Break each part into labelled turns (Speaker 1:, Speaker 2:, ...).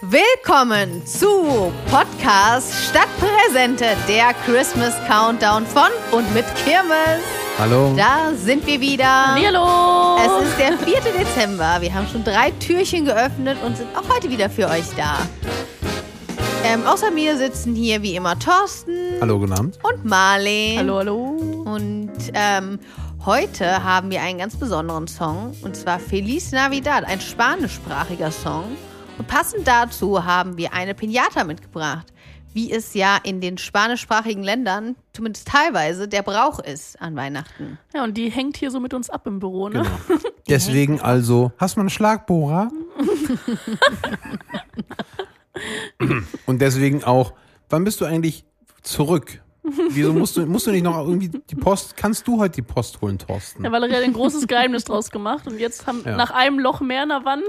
Speaker 1: Willkommen zu Podcast Stadtpräsente, der Christmas Countdown von und mit Kirmes.
Speaker 2: Hallo.
Speaker 1: Da sind wir wieder.
Speaker 3: Hallo!
Speaker 1: Es ist der 4. Dezember. Wir haben schon drei Türchen geöffnet und sind auch heute wieder für euch da. Ähm, außer mir sitzen hier wie immer Thorsten
Speaker 2: Hallo, guten Abend.
Speaker 1: und Marlene.
Speaker 3: hallo, hallo.
Speaker 1: Und ähm, heute haben wir einen ganz besonderen Song und zwar Feliz Navidad, ein spanischsprachiger Song. Und passend dazu haben wir eine Pinata mitgebracht, wie es ja in den spanischsprachigen Ländern zumindest teilweise der Brauch ist an Weihnachten.
Speaker 3: Ja, und die hängt hier so mit uns ab im Büro, ne?
Speaker 2: Genau. Deswegen also, hast du mal einen Schlagbohrer? Und deswegen auch, wann bist du eigentlich zurück? Wieso musst du, musst du nicht noch irgendwie die Post, kannst du heute die Post holen, Thorsten?
Speaker 3: Ja, Valerie hat ein großes Geheimnis draus gemacht und jetzt haben
Speaker 2: Ja.
Speaker 3: nach einem Loch mehr in der Wand.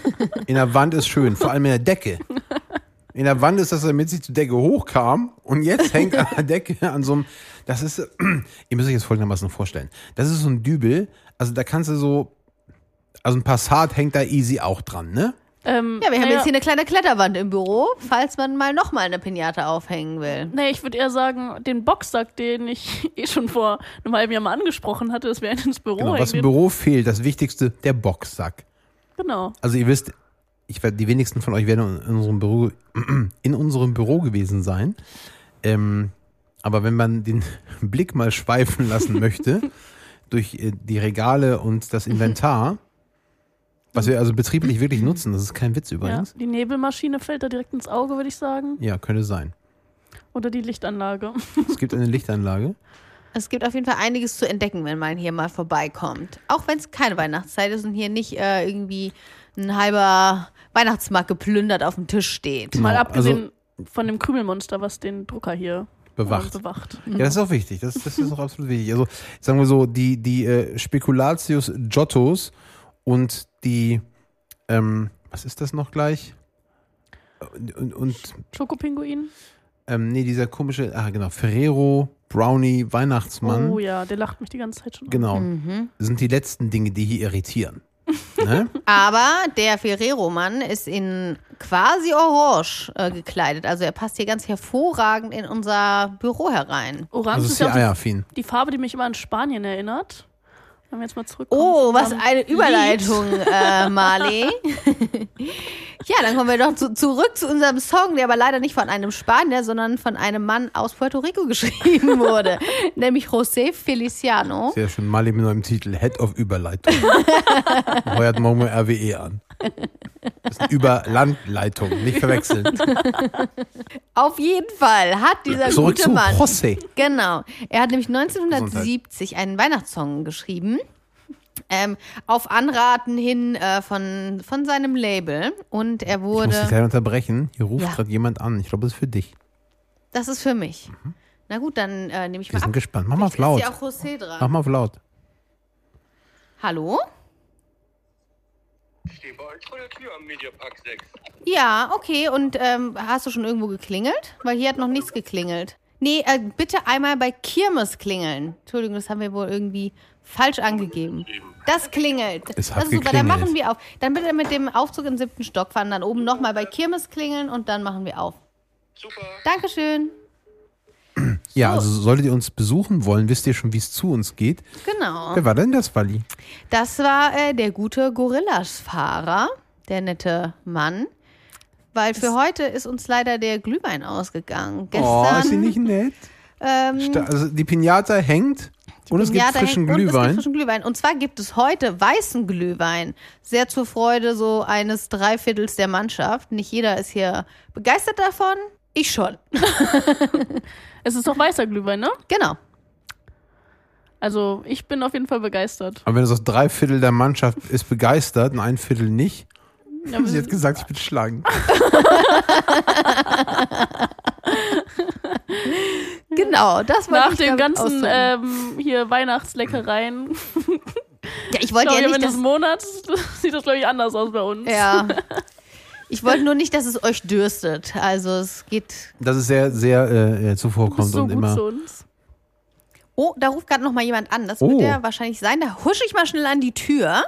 Speaker 2: In der Wand ist schön, vor allem in der Decke. In der Wand ist das, damit sie zur Decke hochkam und jetzt hängt an der Decke an so einem, das ist, ihr müsst euch jetzt folgendermaßen vorstellen. Das ist so ein Dübel, also da kannst du so, also ein Passat hängt da easy auch dran, ne?
Speaker 3: Ähm,
Speaker 1: Ja, wir haben
Speaker 3: naja,
Speaker 1: jetzt hier eine kleine Kletterwand im Büro, falls man mal nochmal eine Pinata aufhängen will.
Speaker 3: Nee, ich würde eher sagen, den Boxsack, den ich eh schon vor einem halben Jahr mal angesprochen hatte, dass wir einen ins Büro
Speaker 2: Genau,
Speaker 3: hängen.
Speaker 2: was im Büro fehlt, das Wichtigste, der Boxsack.
Speaker 3: Genau.
Speaker 2: Also ihr wisst, ich werd, die wenigsten von euch werden in unserem Büro, in unserem Büro gewesen sein. Ähm, aber wenn man den Blick mal schweifen lassen möchte, durch äh, die Regale und das Inventar, was wir also betrieblich wirklich nutzen, das ist kein Witz
Speaker 3: Ja,
Speaker 2: übrigens.
Speaker 3: die Nebelmaschine fällt da direkt ins Auge, würde ich sagen.
Speaker 2: Ja, könnte sein.
Speaker 3: Oder die Lichtanlage.
Speaker 2: Es gibt eine Lichtanlage.
Speaker 1: Es gibt auf jeden Fall einiges zu entdecken, wenn man hier mal vorbeikommt. Auch wenn es keine Weihnachtszeit ist und hier nicht äh, irgendwie ein halber Weihnachtsmarkt geplündert auf dem Tisch steht.
Speaker 2: Genau,
Speaker 3: Mal abgesehen
Speaker 2: also-
Speaker 3: von dem Krümelmonster, was den Drucker hier äh,
Speaker 2: Bewacht.
Speaker 3: bewacht.
Speaker 2: Ja, das ist auch wichtig. Das, das ist auch absolut wichtig. Also, sagen wir so, die, die äh, Speculatius Giottos und die, ähm, was ist das noch gleich? Und, und, und
Speaker 3: Schokopinguin?
Speaker 2: ähm, nee, dieser komische, ah genau, Ferrero, Brownie, Weihnachtsmann.
Speaker 3: Oh ja, Mhm. der lacht mich die ganze Zeit schon an.
Speaker 2: Genau. Sind die letzten Dinge, die hier irritieren. ne?
Speaker 1: Aber der Ferrero-Mann ist in quasi orange äh, gekleidet. Also er passt hier ganz hervorragend in unser Büro herein.
Speaker 3: Orange
Speaker 2: Also, es
Speaker 3: ist
Speaker 2: ist
Speaker 3: ja
Speaker 2: die
Speaker 3: auch so
Speaker 2: Eierfien.
Speaker 3: die Farbe, die mich immer an Spanien erinnert. Wenn wir jetzt mal zurückkommen.
Speaker 1: Oh,
Speaker 3: zu
Speaker 1: was
Speaker 3: unserem
Speaker 1: eine
Speaker 3: Lied.
Speaker 1: Überleitung, äh, Marley. ja, dann kommen wir doch zu, zurück zu unserem Song, der aber leider nicht von einem Spanier, sondern von einem Mann aus Puerto Rico geschrieben wurde, nämlich José
Speaker 3: Oh.
Speaker 1: Feliciano.
Speaker 2: Sehr schön. Mali mit neuem Titel: Head of Überleitung. Heuert morgen mal RWE an. Das ist eine Überlandleitung, nicht verwechseln.
Speaker 1: Auf jeden Fall hat dieser
Speaker 2: Zurück
Speaker 1: gute
Speaker 2: zu
Speaker 1: Mann.
Speaker 2: José.
Speaker 1: Genau. Er hat nämlich 1970 einen Weihnachtssong geschrieben. Ähm, auf Anraten hin äh, von, von seinem Label. Und er
Speaker 2: Ich muss dich
Speaker 1: wurde.
Speaker 2: leider unterbrechen. Hier ruft
Speaker 1: Ja.
Speaker 2: gerade jemand an. Ich glaube, das ist für dich.
Speaker 1: Das ist für mich. Na gut, dann äh, nehme ich
Speaker 2: Mhm. Wir
Speaker 1: mal
Speaker 2: sind
Speaker 1: ab.
Speaker 2: gespannt. Mach mal auf
Speaker 1: Vielleicht ist
Speaker 2: laut.
Speaker 1: ja auch José
Speaker 2: Mach
Speaker 1: dran.
Speaker 2: mal auf laut.
Speaker 1: Hallo?
Speaker 4: Steht bei euch vor der Tür am Mediapark 6.
Speaker 1: Ja, okay. Und ähm, hast du schon irgendwo geklingelt? Weil hier hat noch nichts geklingelt. Nee, äh, bitte einmal bei Kirmes klingeln. Entschuldigung, das haben wir wohl irgendwie falsch angegeben. Das klingelt.
Speaker 2: Es
Speaker 1: das
Speaker 2: hat
Speaker 1: ist super, dann
Speaker 2: geklingelt.
Speaker 1: machen wir auf. Dann bitte mit dem Aufzug im siebten Stock fahren, dann oben nochmal bei Kirmes klingeln und dann machen wir auf.
Speaker 4: Super.
Speaker 1: Dankeschön.
Speaker 2: Ja, also solltet ihr uns besuchen wollen, wisst ihr schon, wie es zu uns geht.
Speaker 1: Genau.
Speaker 2: Wer war denn das, Wally?
Speaker 1: Das war äh, der gute Gorillas-Fahrer, der nette Mann. Weil für heute ist uns leider der Glühwein ausgegangen.
Speaker 2: Oh,
Speaker 1: Gestern,
Speaker 2: ist sie nicht nett?
Speaker 1: ähm,
Speaker 2: Sta- Also die Pinata hängt und es gibt
Speaker 1: Ja, da
Speaker 2: frischen
Speaker 1: hängt- Und es gibt
Speaker 2: Glühwein.
Speaker 1: frischen Glühwein. Und zwar gibt es heute weißen Glühwein. Sehr zur Freude so eines Dreiviertels der Mannschaft. Nicht jeder ist hier begeistert davon. Ich schon.
Speaker 3: Es ist doch weißer Glühwein, ne?
Speaker 1: Genau.
Speaker 3: Also, ich bin auf jeden Fall begeistert.
Speaker 2: Aber wenn es auch drei Viertel der Mannschaft ist begeistert und ein Viertel nicht,
Speaker 3: Ja,
Speaker 2: sie hat gesagt, ich bin schlagen.
Speaker 1: Genau, das wollte
Speaker 3: nach
Speaker 1: ich
Speaker 3: den
Speaker 1: damit
Speaker 3: ganzen
Speaker 1: ausdrücken.
Speaker 3: ähm, hier Weihnachtsleckereien,
Speaker 1: ja, ich wollte ja
Speaker 3: glaube
Speaker 1: nicht,
Speaker 3: ich, am Ende des
Speaker 1: dass,
Speaker 3: Monats sieht das, glaube ich, anders aus bei uns.
Speaker 1: ja. Ich wollte nur nicht, dass es euch dürstet. Also es geht.
Speaker 2: Dass es sehr, sehr äh, äh,
Speaker 3: Ist
Speaker 2: zuvorkommt
Speaker 3: so
Speaker 2: und
Speaker 3: gut
Speaker 2: immer.
Speaker 3: zu uns.
Speaker 1: Oh, da ruft gerade noch mal jemand an. Das
Speaker 2: Oh.
Speaker 1: wird ja wahrscheinlich sein. Da husche ich mal schnell an die Tür.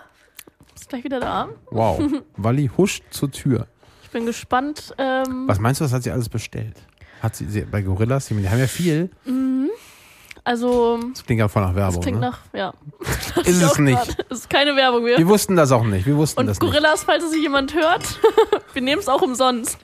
Speaker 3: Ist gleich wieder da.
Speaker 2: Wow. Wally huscht zur Tür.
Speaker 3: Ich Ich bin gespannt. Ähm,
Speaker 2: Was meinst du, was hat sie alles bestellt? Hat sie, sie bei Gorillas, die haben ja viel.
Speaker 3: also,
Speaker 2: Das klingt ja voll nach Werbung.
Speaker 3: das klingt
Speaker 2: ne?
Speaker 3: nach, ja.
Speaker 2: Ist es nicht.
Speaker 3: Das ist keine Werbung mehr.
Speaker 2: Wir wussten das auch nicht. Wir wussten
Speaker 3: Und
Speaker 2: das
Speaker 3: Gorillas, falls es sich jemand hört, wir nehmen es auch umsonst.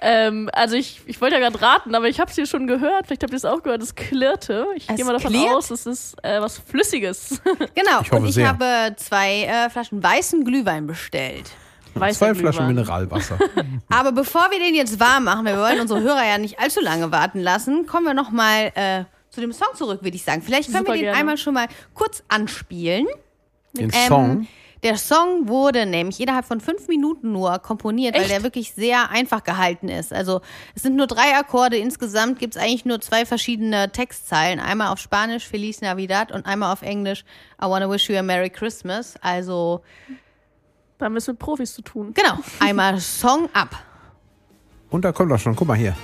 Speaker 3: ähm, also ich, ich wollte ja gerade raten, aber ich habe es hier schon gehört. Vielleicht habt ihr es auch gehört. Es klirrte. Ich
Speaker 1: Es
Speaker 3: gehe mal davon
Speaker 1: klirrt?
Speaker 3: aus, es ist äh, was Flüssiges.
Speaker 1: Genau,
Speaker 2: Ich hoffe
Speaker 1: und ich
Speaker 2: sehr.
Speaker 1: habe zwei äh, Flaschen weißen Glühwein bestellt.
Speaker 2: nicht.
Speaker 3: Weißer
Speaker 2: Zwei Flaschen
Speaker 3: Glühwein.
Speaker 2: Mineralwasser.
Speaker 1: Aber bevor wir den jetzt warm machen, wir wollen unsere Hörer ja nicht allzu lange warten lassen, kommen wir nochmal äh, zu dem Song zurück, würde ich sagen. Vielleicht können
Speaker 3: Super
Speaker 1: wir den
Speaker 3: gerne.
Speaker 1: einmal schon mal kurz anspielen.
Speaker 2: Den
Speaker 1: Ähm,
Speaker 2: Song.
Speaker 1: Der Song wurde nämlich innerhalb von fünf Minuten nur komponiert, weil
Speaker 3: Echt?
Speaker 1: der wirklich sehr einfach gehalten ist. Also es sind nur drei Akkorde. Insgesamt gibt es eigentlich nur zwei verschiedene Textzeilen. Einmal auf Spanisch Feliz Navidad und einmal auf Englisch I wanna wish you a Merry Christmas. Also
Speaker 3: Da haben wir es mit Profis zu tun.
Speaker 1: genau, einmal Song ab.
Speaker 2: Und da kommt er schon. Guck mal hier.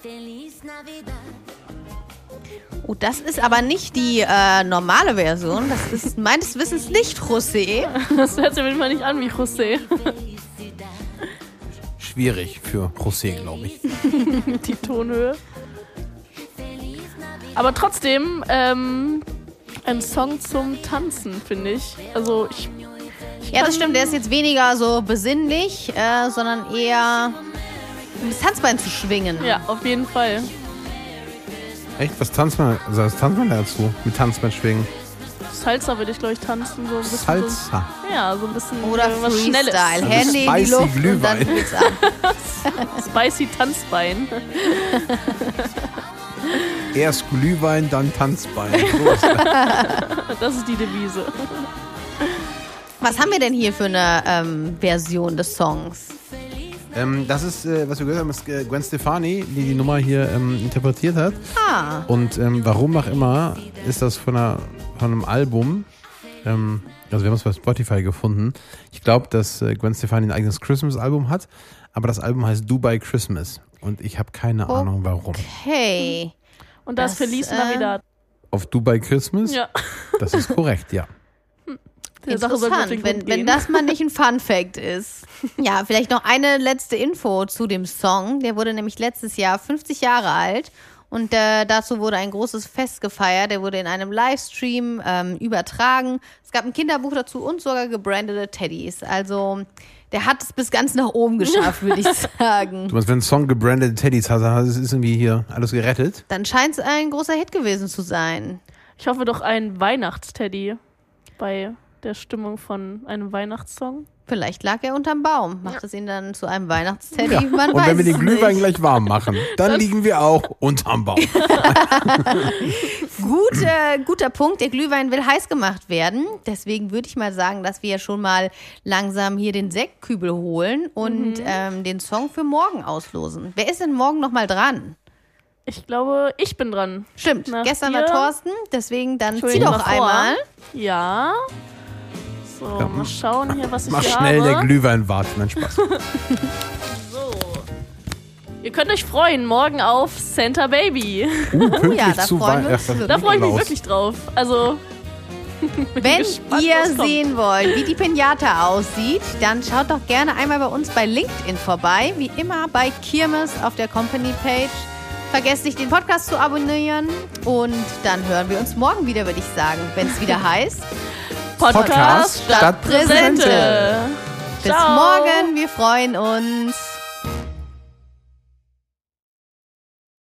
Speaker 5: Feliz Navidad.
Speaker 1: Oh, das ist aber nicht die äh, normale Version. Das ist meines Wissens nicht José.
Speaker 3: Das hört sich auf jeden Fall nicht an wie José.
Speaker 5: Felicidad.
Speaker 2: Schwierig für José, glaube ich.
Speaker 3: Die Tonhöhe.
Speaker 5: Feliz Navidad.
Speaker 3: Aber trotzdem, ähm, ein Song zum Tanzen, finde ich. Also ich,
Speaker 1: Ja, das stimmt. Der ist jetzt weniger so besinnlich, äh, sondern eher um das Tanzbein zu schwingen.
Speaker 3: ja, auf jeden Fall.
Speaker 2: Echt? Was tanzt man, also was tanzt man dazu? Mit Tanzbein schwingen.
Speaker 3: Salsa würde ich, glaube ich, tanzen. So ein bisschen
Speaker 2: Salsa.
Speaker 3: So, ja, so ein bisschen
Speaker 1: Oder
Speaker 3: äh, was Schnelles.
Speaker 1: Freestyle. Handy in die
Speaker 2: Also Spicy
Speaker 1: Luft und dann
Speaker 2: Glühwein.
Speaker 1: geht's ab.
Speaker 3: Spicy Tanzbein.
Speaker 2: Erst Glühwein, dann Tanzbein. So ist das.
Speaker 3: Das ist die Devise.
Speaker 1: Was haben wir denn hier für eine ähm, Version des Songs?
Speaker 2: ähm, das ist, äh, was wir gehört haben, ist äh, Gwen Stefani, die die Nummer hier ähm, interpretiert hat.
Speaker 1: Ah,
Speaker 2: Und ähm, warum auch immer ist das von, einer, von einem Album, ähm, also wir haben es bei Spotify gefunden. Ich glaube, dass äh, Gwen Stefani ein eigenes Christmas-Album hat, aber das Album heißt Dubai Christmas. Und ich habe keine Ahnung warum.
Speaker 1: hey.
Speaker 3: Und das,
Speaker 1: Das,
Speaker 3: Feliz
Speaker 1: äh,
Speaker 3: Navidad.
Speaker 2: Auf Dubai Christmas?
Speaker 3: Ja,
Speaker 2: Das ist korrekt, ja.
Speaker 3: der Sache sollten wir auf den
Speaker 1: Interessant, wenn,
Speaker 3: Grund
Speaker 1: wenn
Speaker 3: gehen.
Speaker 1: das mal nicht ein Fun Fact ist. Ja, vielleicht noch eine letzte Info zu dem Song. Der wurde nämlich letztes Jahr 50 Jahre alt und äh, dazu wurde ein großes Fest gefeiert. Der wurde in einem Livestream ähm, übertragen. Es gab ein Kinderbuch dazu und sogar gebrandete Teddys. Also der hat es bis ganz nach oben geschafft, würde ich sagen.
Speaker 2: Du meinst, wenn ein Song gebrandete Teddys hat, dann ist irgendwie hier alles gerettet.
Speaker 1: Dann scheint es ein großer Hit gewesen zu sein.
Speaker 3: ich hoffe doch ein Weihnachtsteddy bei der Stimmung von einem Weihnachtssong.
Speaker 1: Vielleicht lag er unterm Baum. Macht es ihn dann zu einem Weihnachtsteddy? Man
Speaker 2: Und
Speaker 1: weiß
Speaker 2: wenn wir den
Speaker 1: es
Speaker 2: Glühwein
Speaker 1: nicht.
Speaker 2: gleich warm machen, dann liegen wir auch unterm Baum.
Speaker 1: Gut, äh, guter Punkt. Der Glühwein will heiß gemacht werden. Deswegen würde ich mal sagen, dass wir ja schon mal langsam hier den Sektkübel holen und
Speaker 3: Mhm.
Speaker 1: ähm, den Song für morgen auslosen. Wer ist denn morgen nochmal dran?
Speaker 3: Ich glaube, ich bin dran.
Speaker 1: Stimmt,
Speaker 3: Nach
Speaker 1: gestern
Speaker 3: dir.
Speaker 1: war Thorsten, deswegen dann
Speaker 3: Entschuldigung,
Speaker 1: zieh doch
Speaker 3: mal vor.
Speaker 1: einmal.
Speaker 3: Ja. So, mal schauen hier, was ich
Speaker 2: Mach
Speaker 3: hier
Speaker 2: schnell,
Speaker 3: habe.
Speaker 2: der Glühwein wartet. Nein, Spaß. Uh,
Speaker 3: so. Ihr könnt euch freuen, morgen auf Santa Baby.
Speaker 2: Uh, pünktlich
Speaker 1: ja, da
Speaker 2: zu
Speaker 1: freuen wir uns
Speaker 2: Weihnachten.
Speaker 1: wirklich.
Speaker 3: Da freue ich mich
Speaker 2: Nikolaus.
Speaker 3: wirklich drauf. Also,
Speaker 1: Wenn
Speaker 3: gespannt,
Speaker 1: ihr
Speaker 3: was kommt.
Speaker 1: sehen wollt, wie die Pinata aussieht, dann schaut doch gerne einmal bei uns bei LinkedIn vorbei. Wie immer bei Kirmes auf der Company-Page. Vergesst nicht, den Podcast zu abonnieren. Und dann hören wir uns morgen wieder, würde ich sagen, wenn es wieder heißt.
Speaker 2: Podcast statt
Speaker 1: Präsente. Bis
Speaker 3: Ciao.
Speaker 1: morgen, wir freuen uns.